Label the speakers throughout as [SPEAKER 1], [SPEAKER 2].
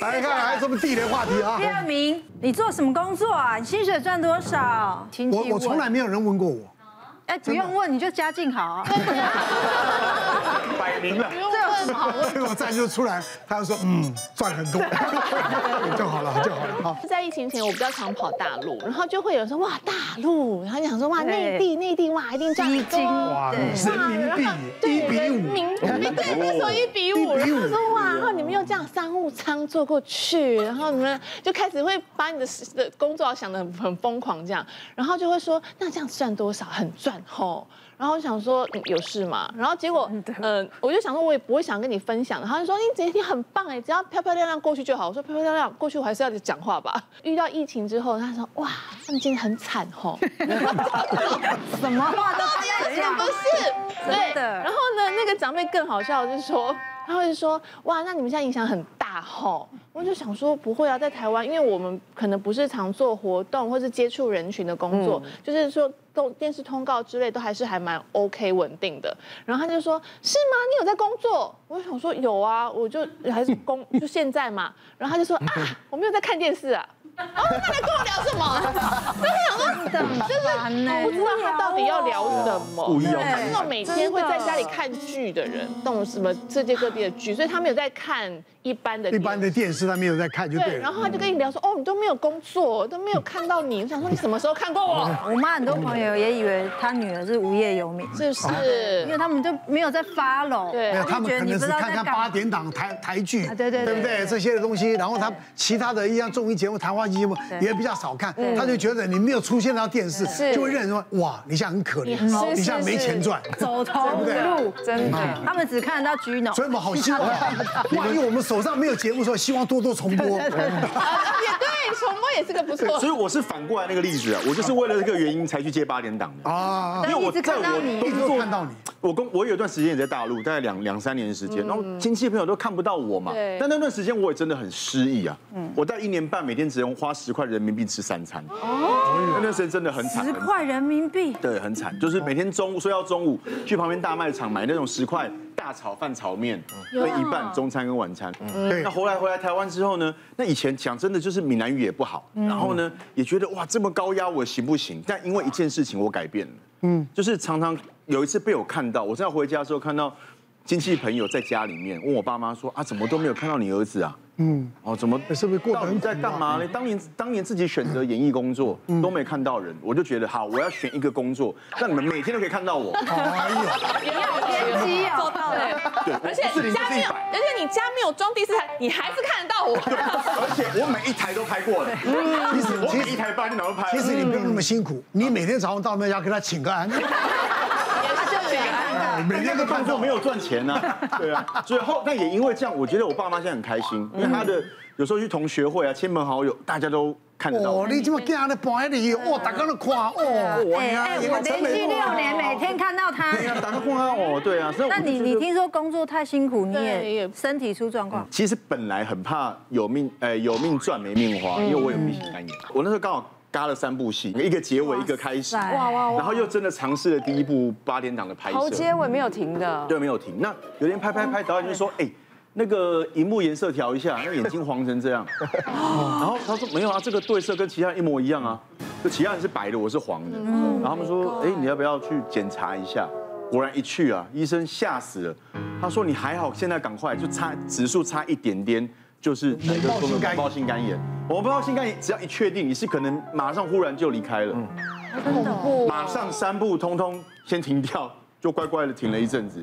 [SPEAKER 1] 来看，还这么地雷话题啊
[SPEAKER 2] 第！二名，你做什么工作啊？你薪水赚多少？亲戚
[SPEAKER 1] 我我
[SPEAKER 2] 问
[SPEAKER 1] 从来没有人问过我，
[SPEAKER 2] 哎，不用问，你就家境好。啊
[SPEAKER 3] 摆明了，
[SPEAKER 1] 所以我哎再就出来，他就说嗯，赚很 多，就好了，就好了哈。
[SPEAKER 4] 在疫情前，我比较常跑大陆，然后就会有人说哇大陆，然后想说哇
[SPEAKER 2] 对
[SPEAKER 4] 内地内地哇一定赚很多，
[SPEAKER 1] 哇，人民币一
[SPEAKER 4] 对
[SPEAKER 1] 比
[SPEAKER 4] 人
[SPEAKER 1] 五，
[SPEAKER 4] 民币对那时候一比五，
[SPEAKER 1] 一
[SPEAKER 4] 然
[SPEAKER 1] 比五
[SPEAKER 4] 后说哇，然后你们又这样商务舱坐过去，然后你们就开始会把你的事的工作想得很很疯狂这样，然后就会说那这样赚多少很赚吼。然后我想说嗯有事吗？然后结果，嗯，我就想说，我也不会想跟你分享。然后他就说，你姐你很棒哎，只要漂漂亮亮过去就好。我说漂漂亮亮过去，我还是要讲话吧。遇到疫情之后，他说，哇，他们今天很惨吼。
[SPEAKER 2] 什么话都
[SPEAKER 4] 而
[SPEAKER 2] 这
[SPEAKER 4] 且
[SPEAKER 2] 样
[SPEAKER 4] 不。是，
[SPEAKER 2] 真
[SPEAKER 4] 对
[SPEAKER 2] 的
[SPEAKER 4] 然后呢，那个长辈更好笑，就是说，他会说，哇，那你们现在影响很大吼。我就想说，不会啊，在台湾，因为我们可能不是常做活动或是接触人群的工作，
[SPEAKER 2] 嗯
[SPEAKER 4] 就是说。都电视通告之类都还是还蛮 OK 稳定的，然后他就说：“是吗？你有在工作？”我就想说：“有啊，我就还是工，就现在嘛。”然后他就说：“ 啊，我没有在看电视啊。”哦，那你跟我聊什么？就是想说，就是
[SPEAKER 2] 烦呢
[SPEAKER 4] 我不知道他到底要聊什么。
[SPEAKER 3] 故意要
[SPEAKER 4] 他
[SPEAKER 3] 看
[SPEAKER 4] 是那种每天会在家里看剧的人，懂什么世界各地的剧，所以他没有在看一般的
[SPEAKER 1] 一般的
[SPEAKER 4] 电
[SPEAKER 1] 电
[SPEAKER 4] 视。
[SPEAKER 1] 视他没有在看就对
[SPEAKER 4] 对，然
[SPEAKER 1] 了。
[SPEAKER 4] 后他就跟你聊说，哦，你都没有工作，都没有看到你。我想说，你什么时候看过我？
[SPEAKER 2] 我妈很多朋友也以为她女儿是无业游民，
[SPEAKER 4] 是不
[SPEAKER 2] 因为
[SPEAKER 4] 是？
[SPEAKER 2] 他们就没有在发了。
[SPEAKER 4] 对
[SPEAKER 1] 没有，
[SPEAKER 2] 就
[SPEAKER 1] 他们
[SPEAKER 2] 觉得
[SPEAKER 1] 可
[SPEAKER 2] 你
[SPEAKER 1] 能
[SPEAKER 2] 不
[SPEAKER 1] 是
[SPEAKER 2] 知道
[SPEAKER 1] 看
[SPEAKER 2] 在
[SPEAKER 1] 看
[SPEAKER 2] 干
[SPEAKER 1] 八
[SPEAKER 2] 嘛。
[SPEAKER 1] 点档台台剧，
[SPEAKER 2] 啊对对
[SPEAKER 1] 对
[SPEAKER 2] 对
[SPEAKER 1] 不对？这些的东西，然后他其他的一样综艺节目、谈话节目也比较少看，
[SPEAKER 2] 嗯
[SPEAKER 1] 他就觉得你没有出现到电视，就会认为说哇，你现在很可怜，
[SPEAKER 2] 嗯
[SPEAKER 1] 你现在没钱赚，
[SPEAKER 2] 走投无路，真的，他们只看得到橘农
[SPEAKER 1] 所以我们 好希望，万一我们手上没有节目的时候，希望多多重 播。
[SPEAKER 4] 啊，也对，重播也是个不 错
[SPEAKER 3] 所以。我是反过来那个例子啊，我就是为了这个原因才去接八点档的。
[SPEAKER 1] 啊，
[SPEAKER 3] 因为我在
[SPEAKER 2] 但一直看到你
[SPEAKER 3] 我
[SPEAKER 1] 一
[SPEAKER 3] 工
[SPEAKER 1] 直都
[SPEAKER 3] 作
[SPEAKER 1] 看到你，
[SPEAKER 3] 我工我有一段时间也在大陆，大概两两三年的时间，然后亲戚朋友都看不到我嘛。
[SPEAKER 4] 对
[SPEAKER 3] 但那段时间我也真的很失意啊。我在一年半每天只用花十块人民币吃三餐。哦。那段时间真的很惨。
[SPEAKER 2] 十块人民币，
[SPEAKER 3] 对，很惨，就是每天中午睡到中午，去旁边大卖场买那种十块大炒饭、炒面，分一半中餐跟晚餐。
[SPEAKER 1] 对
[SPEAKER 3] 那后来回来台湾之后呢，那以前讲真的就是闽南语也不好，然后呢也觉得哇这么高压我行不行？但因为一件事情我改变了，嗯，就是常常有一次被我看到，我在回家的时候看到。亲戚朋友在家里面问我爸妈说啊，怎么都没有看到你儿子啊？嗯，哦，怎么
[SPEAKER 1] 是不是过得
[SPEAKER 3] 到
[SPEAKER 1] 很
[SPEAKER 3] 底在干嘛呢？当年当年自己选择演艺工作都没看到人，我就觉得好，我要选一个工作，让你们每天都可以看到我。
[SPEAKER 1] 哎呦，
[SPEAKER 4] 你好
[SPEAKER 2] 天机哦，做到了。
[SPEAKER 3] 对，
[SPEAKER 4] 而且
[SPEAKER 3] 是零就
[SPEAKER 4] 家
[SPEAKER 3] 是
[SPEAKER 4] 没
[SPEAKER 3] 一
[SPEAKER 4] 有，
[SPEAKER 3] 百。
[SPEAKER 4] 而且你家没有装第四台，你还是看得到我。
[SPEAKER 3] 而且我每一台都拍过了，嗯其实我每一台八点档都拍
[SPEAKER 1] 其
[SPEAKER 3] 了。
[SPEAKER 1] 实你不用那么辛苦，你每天早上到那家给他请 个安，每天
[SPEAKER 3] 那
[SPEAKER 1] 都
[SPEAKER 3] 个
[SPEAKER 1] 看
[SPEAKER 3] 伴奏
[SPEAKER 1] 到
[SPEAKER 3] 没。有赚钱啊， 对啊，所以后但也因为这样，我觉得我爸妈现在很开心，因为他的有时候去同学会啊、亲朋好友，大家都看得到我
[SPEAKER 1] 哦，。你这么干的搬在里，哦，大家都看，哦，
[SPEAKER 3] 我
[SPEAKER 2] 哎哎，我连续六年每天看到她。
[SPEAKER 3] 对啊，打个话哦，对啊，所以我
[SPEAKER 2] 那
[SPEAKER 3] 就
[SPEAKER 2] 你
[SPEAKER 3] 觉得
[SPEAKER 2] 你听说工作太辛苦，你
[SPEAKER 4] 对
[SPEAKER 2] 也
[SPEAKER 4] 也
[SPEAKER 2] 身体出状
[SPEAKER 1] 嗯
[SPEAKER 2] 况，
[SPEAKER 3] 其实本来很怕有命，呃，有命赚没命
[SPEAKER 2] 嗯
[SPEAKER 3] 花，因为我有 B 型肝炎。我那时候刚好嘎了三部戏，一个结尾，一个开始，
[SPEAKER 2] 哇哇
[SPEAKER 3] 然后又真的尝试了第一部八点档的拍摄，
[SPEAKER 5] 头接尾没有停的，
[SPEAKER 3] 对，没有停。那有天拍拍拍，导演就说：“哎、那个荧幕颜色调一下，那眼睛黄成这样。”然后他说：“没有啊，这个对色跟其他人一模一样啊，就其他人是白的，我是黄的。”然后他们说：“哎、你要不要去检查一下？”果然一去啊，医生吓死了。他说：“你还好，现在赶快，就差指数差一点点，就是那个
[SPEAKER 1] 性肝炎
[SPEAKER 3] 包性肝炎。我们包性肝炎，只要一确定，你是可能马上忽然就离开了。”马上三步通通先停掉，就乖乖的停了一阵子，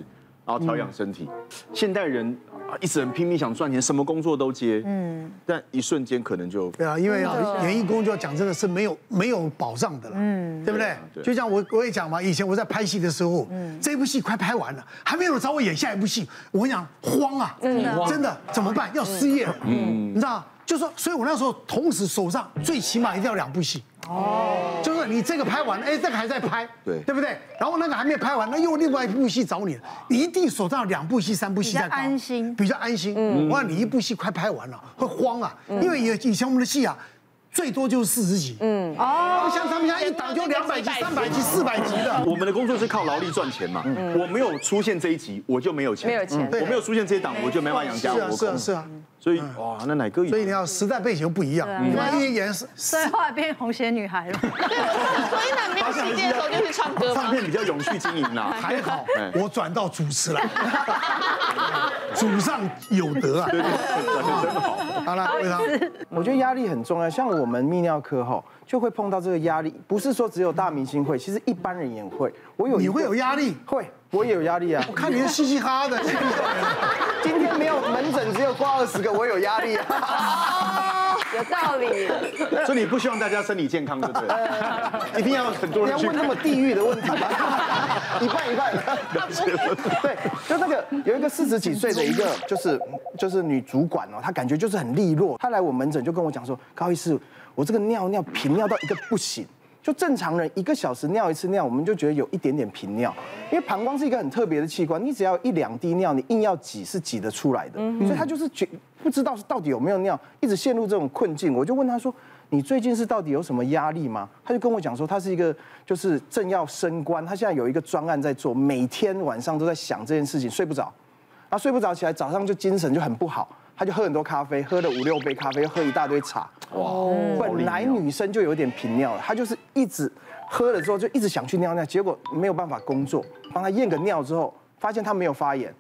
[SPEAKER 3] 然后调养身体。现代人啊，一直很拼命想赚钱，什么工作都接，嗯，但一瞬间可能就
[SPEAKER 1] 对啊，因为啊，演艺工作讲真的是没有没有保障的啦，嗯，对不对
[SPEAKER 3] 对啊？对
[SPEAKER 1] 就像我我也讲嘛，以前我在拍戏的时候，这部戏快拍完了，还没有人找我演下一部戏，我跟你讲慌啊， 真的真的怎么办？要失业了，嗯，你知道，就说，所以我那时候同时手上最起码一定要两部戏。就是你这个拍完了，哎，这个还在拍，
[SPEAKER 3] 对
[SPEAKER 1] 对不对？然后那个还没拍完，那又另外一部戏找你了，你一定手上有两部戏、三部戏在搞
[SPEAKER 2] 比较安心
[SPEAKER 1] 比较安心。嗯，我让你一部戏快拍完了，会慌啊，因为以以前我们的戏啊，最多就是四十集，嗯，哦，像他们家一档就两百集、三百集、四百集的，
[SPEAKER 3] 我们的工作是靠劳力赚钱嘛，我没有出现这一集，我就没有钱，
[SPEAKER 5] 没有钱
[SPEAKER 3] 嗯我没有出现这一档，我就没办法养家
[SPEAKER 1] 是啊，
[SPEAKER 3] 糊
[SPEAKER 1] 是啊，
[SPEAKER 3] 口。
[SPEAKER 1] 是啊，
[SPEAKER 3] 所以哇，那奶哥也
[SPEAKER 1] 所以你要时代背景不一样，
[SPEAKER 2] 对
[SPEAKER 1] 你万一演是
[SPEAKER 2] 所以后来变红鞋女 孩了。
[SPEAKER 6] 对，所以呢，没有时间的时候就去唱歌
[SPEAKER 3] 唱
[SPEAKER 6] 吗？
[SPEAKER 3] 片比较永续经营啦。
[SPEAKER 1] 还好
[SPEAKER 3] 哎，
[SPEAKER 1] 我转到主持 了，祖上有德 啊。
[SPEAKER 3] 对对对，转得真好。
[SPEAKER 1] 好了，魏涛，
[SPEAKER 7] 我
[SPEAKER 1] 嗯
[SPEAKER 7] 觉得压力很重要，像我们泌尿科吼，就会碰到这个压力，不是说只有大明星会，其实一般人也会。我有一
[SPEAKER 1] 你
[SPEAKER 7] 个
[SPEAKER 1] 会有压力，
[SPEAKER 7] 会，我也有压力 啊。
[SPEAKER 1] 我看你是嘻嘻哈哈的，
[SPEAKER 7] 今天没有门诊，只有挂二十个，我有压力啊。
[SPEAKER 4] 有道理。
[SPEAKER 3] 所以你不希望大家身体健康，对不对？一定要很多人
[SPEAKER 7] 不要
[SPEAKER 3] 去
[SPEAKER 7] 问那么地域的问题吧， 一半一半。 对，就那个有一个四十几岁的一个，就是就是女主管哦，她感觉就是很利落。她来我门诊就跟我讲说，高医师，我这个尿尿频尿到一个不行。就正常人一个小时尿一次尿，我们就觉得有一点点频尿，因为膀胱是一个很特别的器官，你只要一两滴尿，你硬要挤是挤得出来的，
[SPEAKER 3] 嗯
[SPEAKER 7] 所以她就是觉不知道是到底有没有尿，一直陷入这种困境。我就问她说：“你最近是到底有什么压力吗？”她就跟我讲说，她是一个就是正要升官，她现在有一个专案在做，每天晚上都在想这件事情，睡不着，然后睡不着起来，早上就精神就很不好，她就喝很多咖啡，喝了五六杯咖啡，又喝一大堆茶。
[SPEAKER 3] 哇，
[SPEAKER 7] 本来女生就有点频尿了，她就是一直喝了之后就一直想去尿尿，结果没有办法工作，帮她验个尿之后，发现她没有发炎，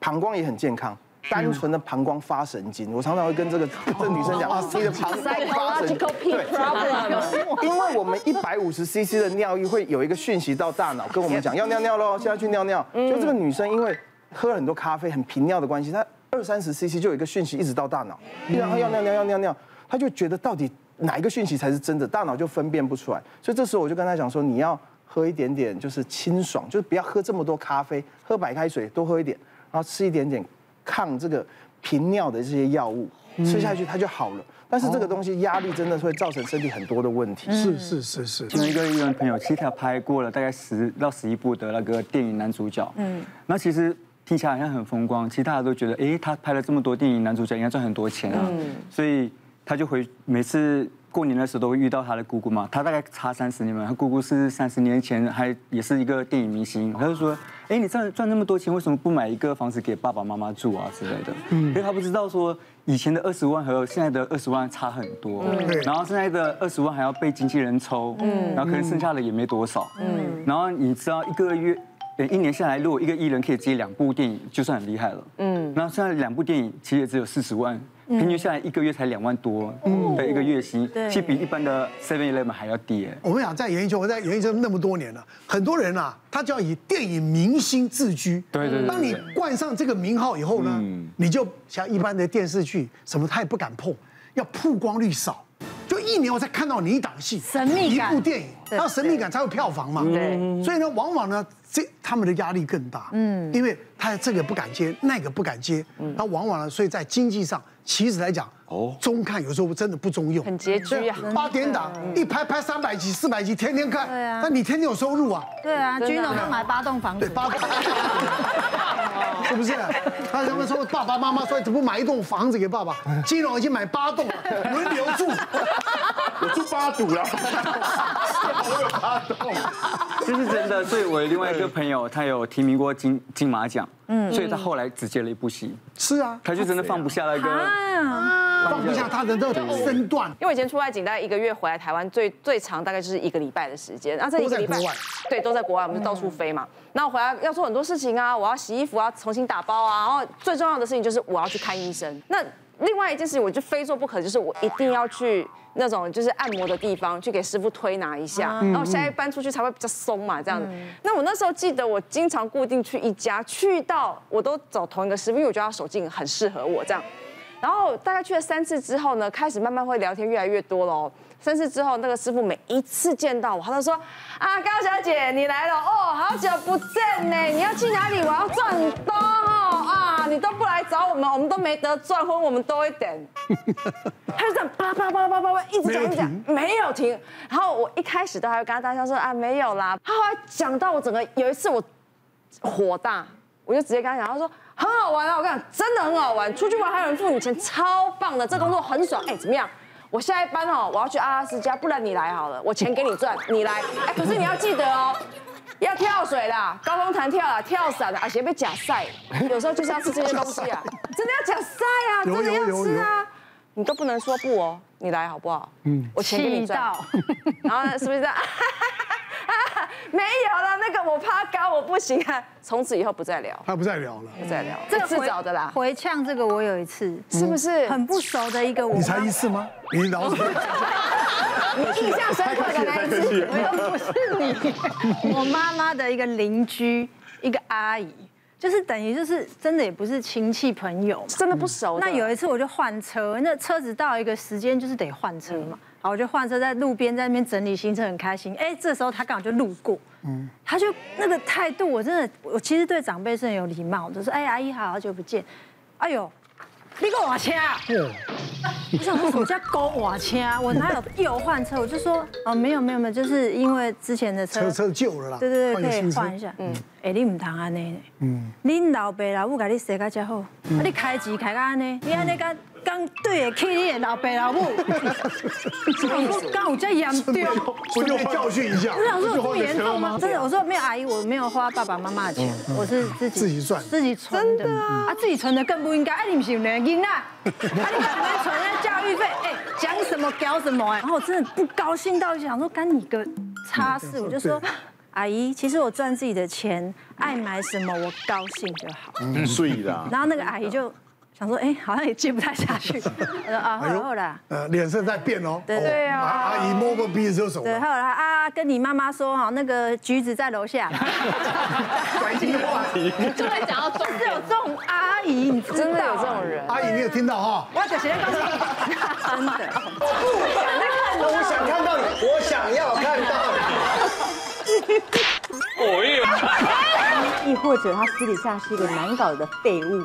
[SPEAKER 7] 膀胱也很健康。单纯的膀胱发神经，我常常会跟这个这女生讲，你的膀胱发神 经
[SPEAKER 4] Psychological peak problem。
[SPEAKER 7] 因为我们一百五十 CC 的尿液会有一个讯息到大脑，跟我们讲要尿尿喽，现在去尿尿。就这个女生因为喝了很多咖啡，很频尿的关系，她二三十 CC 就有一个讯息一直到大脑，然后要尿尿要尿尿，她就觉得到底哪一个讯息才是真的，大脑就分辨不出来。所以这时候我就跟她讲说，你要喝一点点就是清爽，就是不要喝这么多咖啡，喝白开水多喝一点，然后吃一点点抗这个频尿的这些药物，吃下去它就好了。但是这个东西压力真的会造成身体很多的问题。
[SPEAKER 1] 是是是是，
[SPEAKER 8] 其中一个艺人朋友，其实他拍过了大概十到十一部的那个电影男主角，嗯，那其实听起来好像很风光，其实大家都觉得，哎，他拍了这么多电影男主角，应该赚很多钱啊，所以他就回每次过年的时候都会遇到他的姑姑嘛，他大概差三十年嘛，他姑姑是三十年前还也是一个电影明星，他就说，哎，你赚赚那么多钱，为什么不买一个房子给爸爸妈妈住啊之类的？嗯，因为他不知道说以前的二十万和现在的二十万差很多，
[SPEAKER 1] 对
[SPEAKER 8] 然后现在的二十万还要被经纪人抽，嗯嗯，然后可能剩下的也没多少，嗯，然后你知道一个月。呃一年下来，如果一个艺人可以接两部电影，就算很厉害了。嗯，那现在两部电影其实也只有四十万，平均下来一个月才两万多的一个月薪，
[SPEAKER 2] 对
[SPEAKER 8] 其实比一般的 Seven Eleven 还要低。哎
[SPEAKER 1] 我们想在演艺圈，我在演艺圈那么多年了，很多人啊，他就要以电影明星自居。
[SPEAKER 8] 对对对对嗯
[SPEAKER 1] 当你冠上这个名号以后呢，你就像一般的电视剧什么，他也不敢碰，要曝光率少，就一年我才看到你一档戏，
[SPEAKER 2] 神秘感
[SPEAKER 1] 一部电影，
[SPEAKER 2] 对
[SPEAKER 1] 那神秘感才有票房嘛。
[SPEAKER 8] 嗯
[SPEAKER 4] 对
[SPEAKER 1] 所以呢，往往呢，这他们的压力更大。嗯，因为他这个不敢接，那个不敢接，
[SPEAKER 2] 嗯
[SPEAKER 1] 那往往呢，所以在经济上，其实来讲，哦，中看有时候真的不中用，
[SPEAKER 4] 很拮据啊
[SPEAKER 1] 对八点档一拍拍三百集、四百集，天天看，
[SPEAKER 2] 嗯对啊
[SPEAKER 1] 那你天天有收入啊？
[SPEAKER 2] 对啊，
[SPEAKER 4] 真的
[SPEAKER 2] 军总都买八栋房子
[SPEAKER 1] 对，。八， 是不是？那他们说爸爸妈妈说怎么不买一栋房子给爸爸？
[SPEAKER 2] 哎
[SPEAKER 1] 金融已经买八 栋了，轮流住。
[SPEAKER 3] 我住八堵啦，我有八栋。
[SPEAKER 8] 这是真的，所以我有另外一个朋友，他有提名过金金马奖，嗯，所以他后来只接了一部戏，
[SPEAKER 1] 是啊，
[SPEAKER 8] 他就真的放不下那个。
[SPEAKER 2] 啊，
[SPEAKER 1] 放不下他的那种身段。
[SPEAKER 4] 因为我以前出外景大概一个月，回来台湾最最长大概就是一个礼拜的时间，然后这
[SPEAKER 1] 都
[SPEAKER 4] 一个
[SPEAKER 1] 在
[SPEAKER 4] 礼拜
[SPEAKER 1] 国外嗯
[SPEAKER 4] 对都在国外，我们就到处飞嘛。那我回来要做很多事情啊，我要洗衣服啊，重新打包啊，然后最重要的事情就是我要去看医生。那另外一件事情我就非做不可，就是我一定要去那种就是按摩的地方去给师傅推拿一下，
[SPEAKER 1] 嗯
[SPEAKER 4] 然后下一班出去才会比较松嘛，这样子。那我那时候记得我经常固定去一家，去到我都找同一个师傅，因为我觉得他手劲很适合我这样。然后大概去了三次之后呢，开始慢慢会聊天越来越多了哦。三次之后，那个师傅每一次见到我，他都说：“啊，高小姐，你来了哦，好久不见呢，你要去哪里？我要赚多哦啊，你都不来找我们，我们都没得赚，婚我们多一点。” 他就这样叭叭叭叭叭叭一直讲一直讲，没有停。然后我一开始都还会跟他搭讪说啊没有啦，他后来讲到我整个有一次我火大，我就直接跟他讲，他说很好玩啊，我跟你讲真的很好玩，出去玩还有人付你钱，超棒的，这工作很
[SPEAKER 1] 嗯
[SPEAKER 4] 爽，哎怎么样？我下一班哦，我要去阿拉斯加，不然你来好了，我钱给你赚，你来。哎，可是你要记得哦，要跳水啦，高空弹跳啦，跳伞啦，而且被假晒，有时候就是要吃这些东西 啊，真的要假晒啊，
[SPEAKER 1] 有
[SPEAKER 4] 真的要
[SPEAKER 1] 有有
[SPEAKER 4] 吃啊，你都不能说不哦，你来好不好？嗯，我钱给你赚
[SPEAKER 2] 气到。
[SPEAKER 4] 然后呢，是不是这样？ 没有了，那个我怕高，我不行啊。从此以后不再聊，
[SPEAKER 1] 他不再聊了。
[SPEAKER 4] 不再聊，这次
[SPEAKER 2] 回
[SPEAKER 4] 找的啦，
[SPEAKER 2] 回呛这个我有一次，嗯
[SPEAKER 4] 是不是？
[SPEAKER 2] 很不熟的一个我，
[SPEAKER 1] 你才一次吗？你聊什么？
[SPEAKER 4] 你印象深刻 的那一次，
[SPEAKER 2] 我又不是你，我 妈妈的一个邻居，一个阿姨，就是等于就是真的也不是亲戚朋友嘛。
[SPEAKER 4] 真的不熟的。
[SPEAKER 2] 那有一次我就换车，那车子到一个时间就是得换车嘛，然后我就换车，在路边在那边整理行程，很开心。哎，这时候他刚好就路过，嗯，他就那个态度，我真的，我其实对长辈是很有礼貌的，说哎阿姨好，好久不见，哎呦。你给我换车啊！我想说什么叫勾我车啊？我哪有又换车？我就说哦，没有没有没有，就是因为之前的
[SPEAKER 1] 车车旧了啦，
[SPEAKER 2] 对对
[SPEAKER 1] 换
[SPEAKER 2] 对，
[SPEAKER 1] 个
[SPEAKER 2] 可
[SPEAKER 1] 新
[SPEAKER 2] 以
[SPEAKER 1] 车
[SPEAKER 2] 换一下。嗯，哎，你唔通安尼呢？嗯，恁老爸老母甲你生到遮好，
[SPEAKER 1] 嗯
[SPEAKER 2] 啊，你开钱开到安尼，你安 尼敢敢对得起你的老爸老母？我讲 有遮严重？
[SPEAKER 1] 不就教训一下？
[SPEAKER 2] 我想说
[SPEAKER 1] 不就
[SPEAKER 2] 有这么
[SPEAKER 1] 换个
[SPEAKER 2] 严
[SPEAKER 1] 车
[SPEAKER 2] 重吗？真的，我说没有阿姨，我没有花爸爸妈妈的钱，我是自己
[SPEAKER 1] 嗯自己赚
[SPEAKER 2] 自己存的啊，自己存的更不应该。哎，你们是有年囡啊，啊，你们们存那教育费，哎，讲什么搞什么哎。然后我真的不高兴到想说干你个叉
[SPEAKER 1] 嗯
[SPEAKER 2] 事，我就说。阿姨，其实我赚自己的钱，爱买什么我高兴就好。
[SPEAKER 3] 睡的啊。
[SPEAKER 2] 然后那个阿姨就想说，哎，好像也接不太下 去。我说啊，好了好了。
[SPEAKER 1] 呃，脸色在变哦。
[SPEAKER 2] 对对啊
[SPEAKER 1] 哦阿阿姨摸摸鼻子就走
[SPEAKER 2] 对，
[SPEAKER 1] 了。
[SPEAKER 2] 还有他啊，跟你妈妈说哈，那个橘子在楼下。
[SPEAKER 1] 转移话题。
[SPEAKER 6] 就会讲到重
[SPEAKER 2] 是有这种阿姨，你知道
[SPEAKER 4] 真的有这种人。
[SPEAKER 1] 阿姨，你有听到哈？
[SPEAKER 2] 我就是在告诉你，真的。
[SPEAKER 9] 我想看到你，我想要看到你。
[SPEAKER 10] 亦或者他私底下是一个难搞的废物。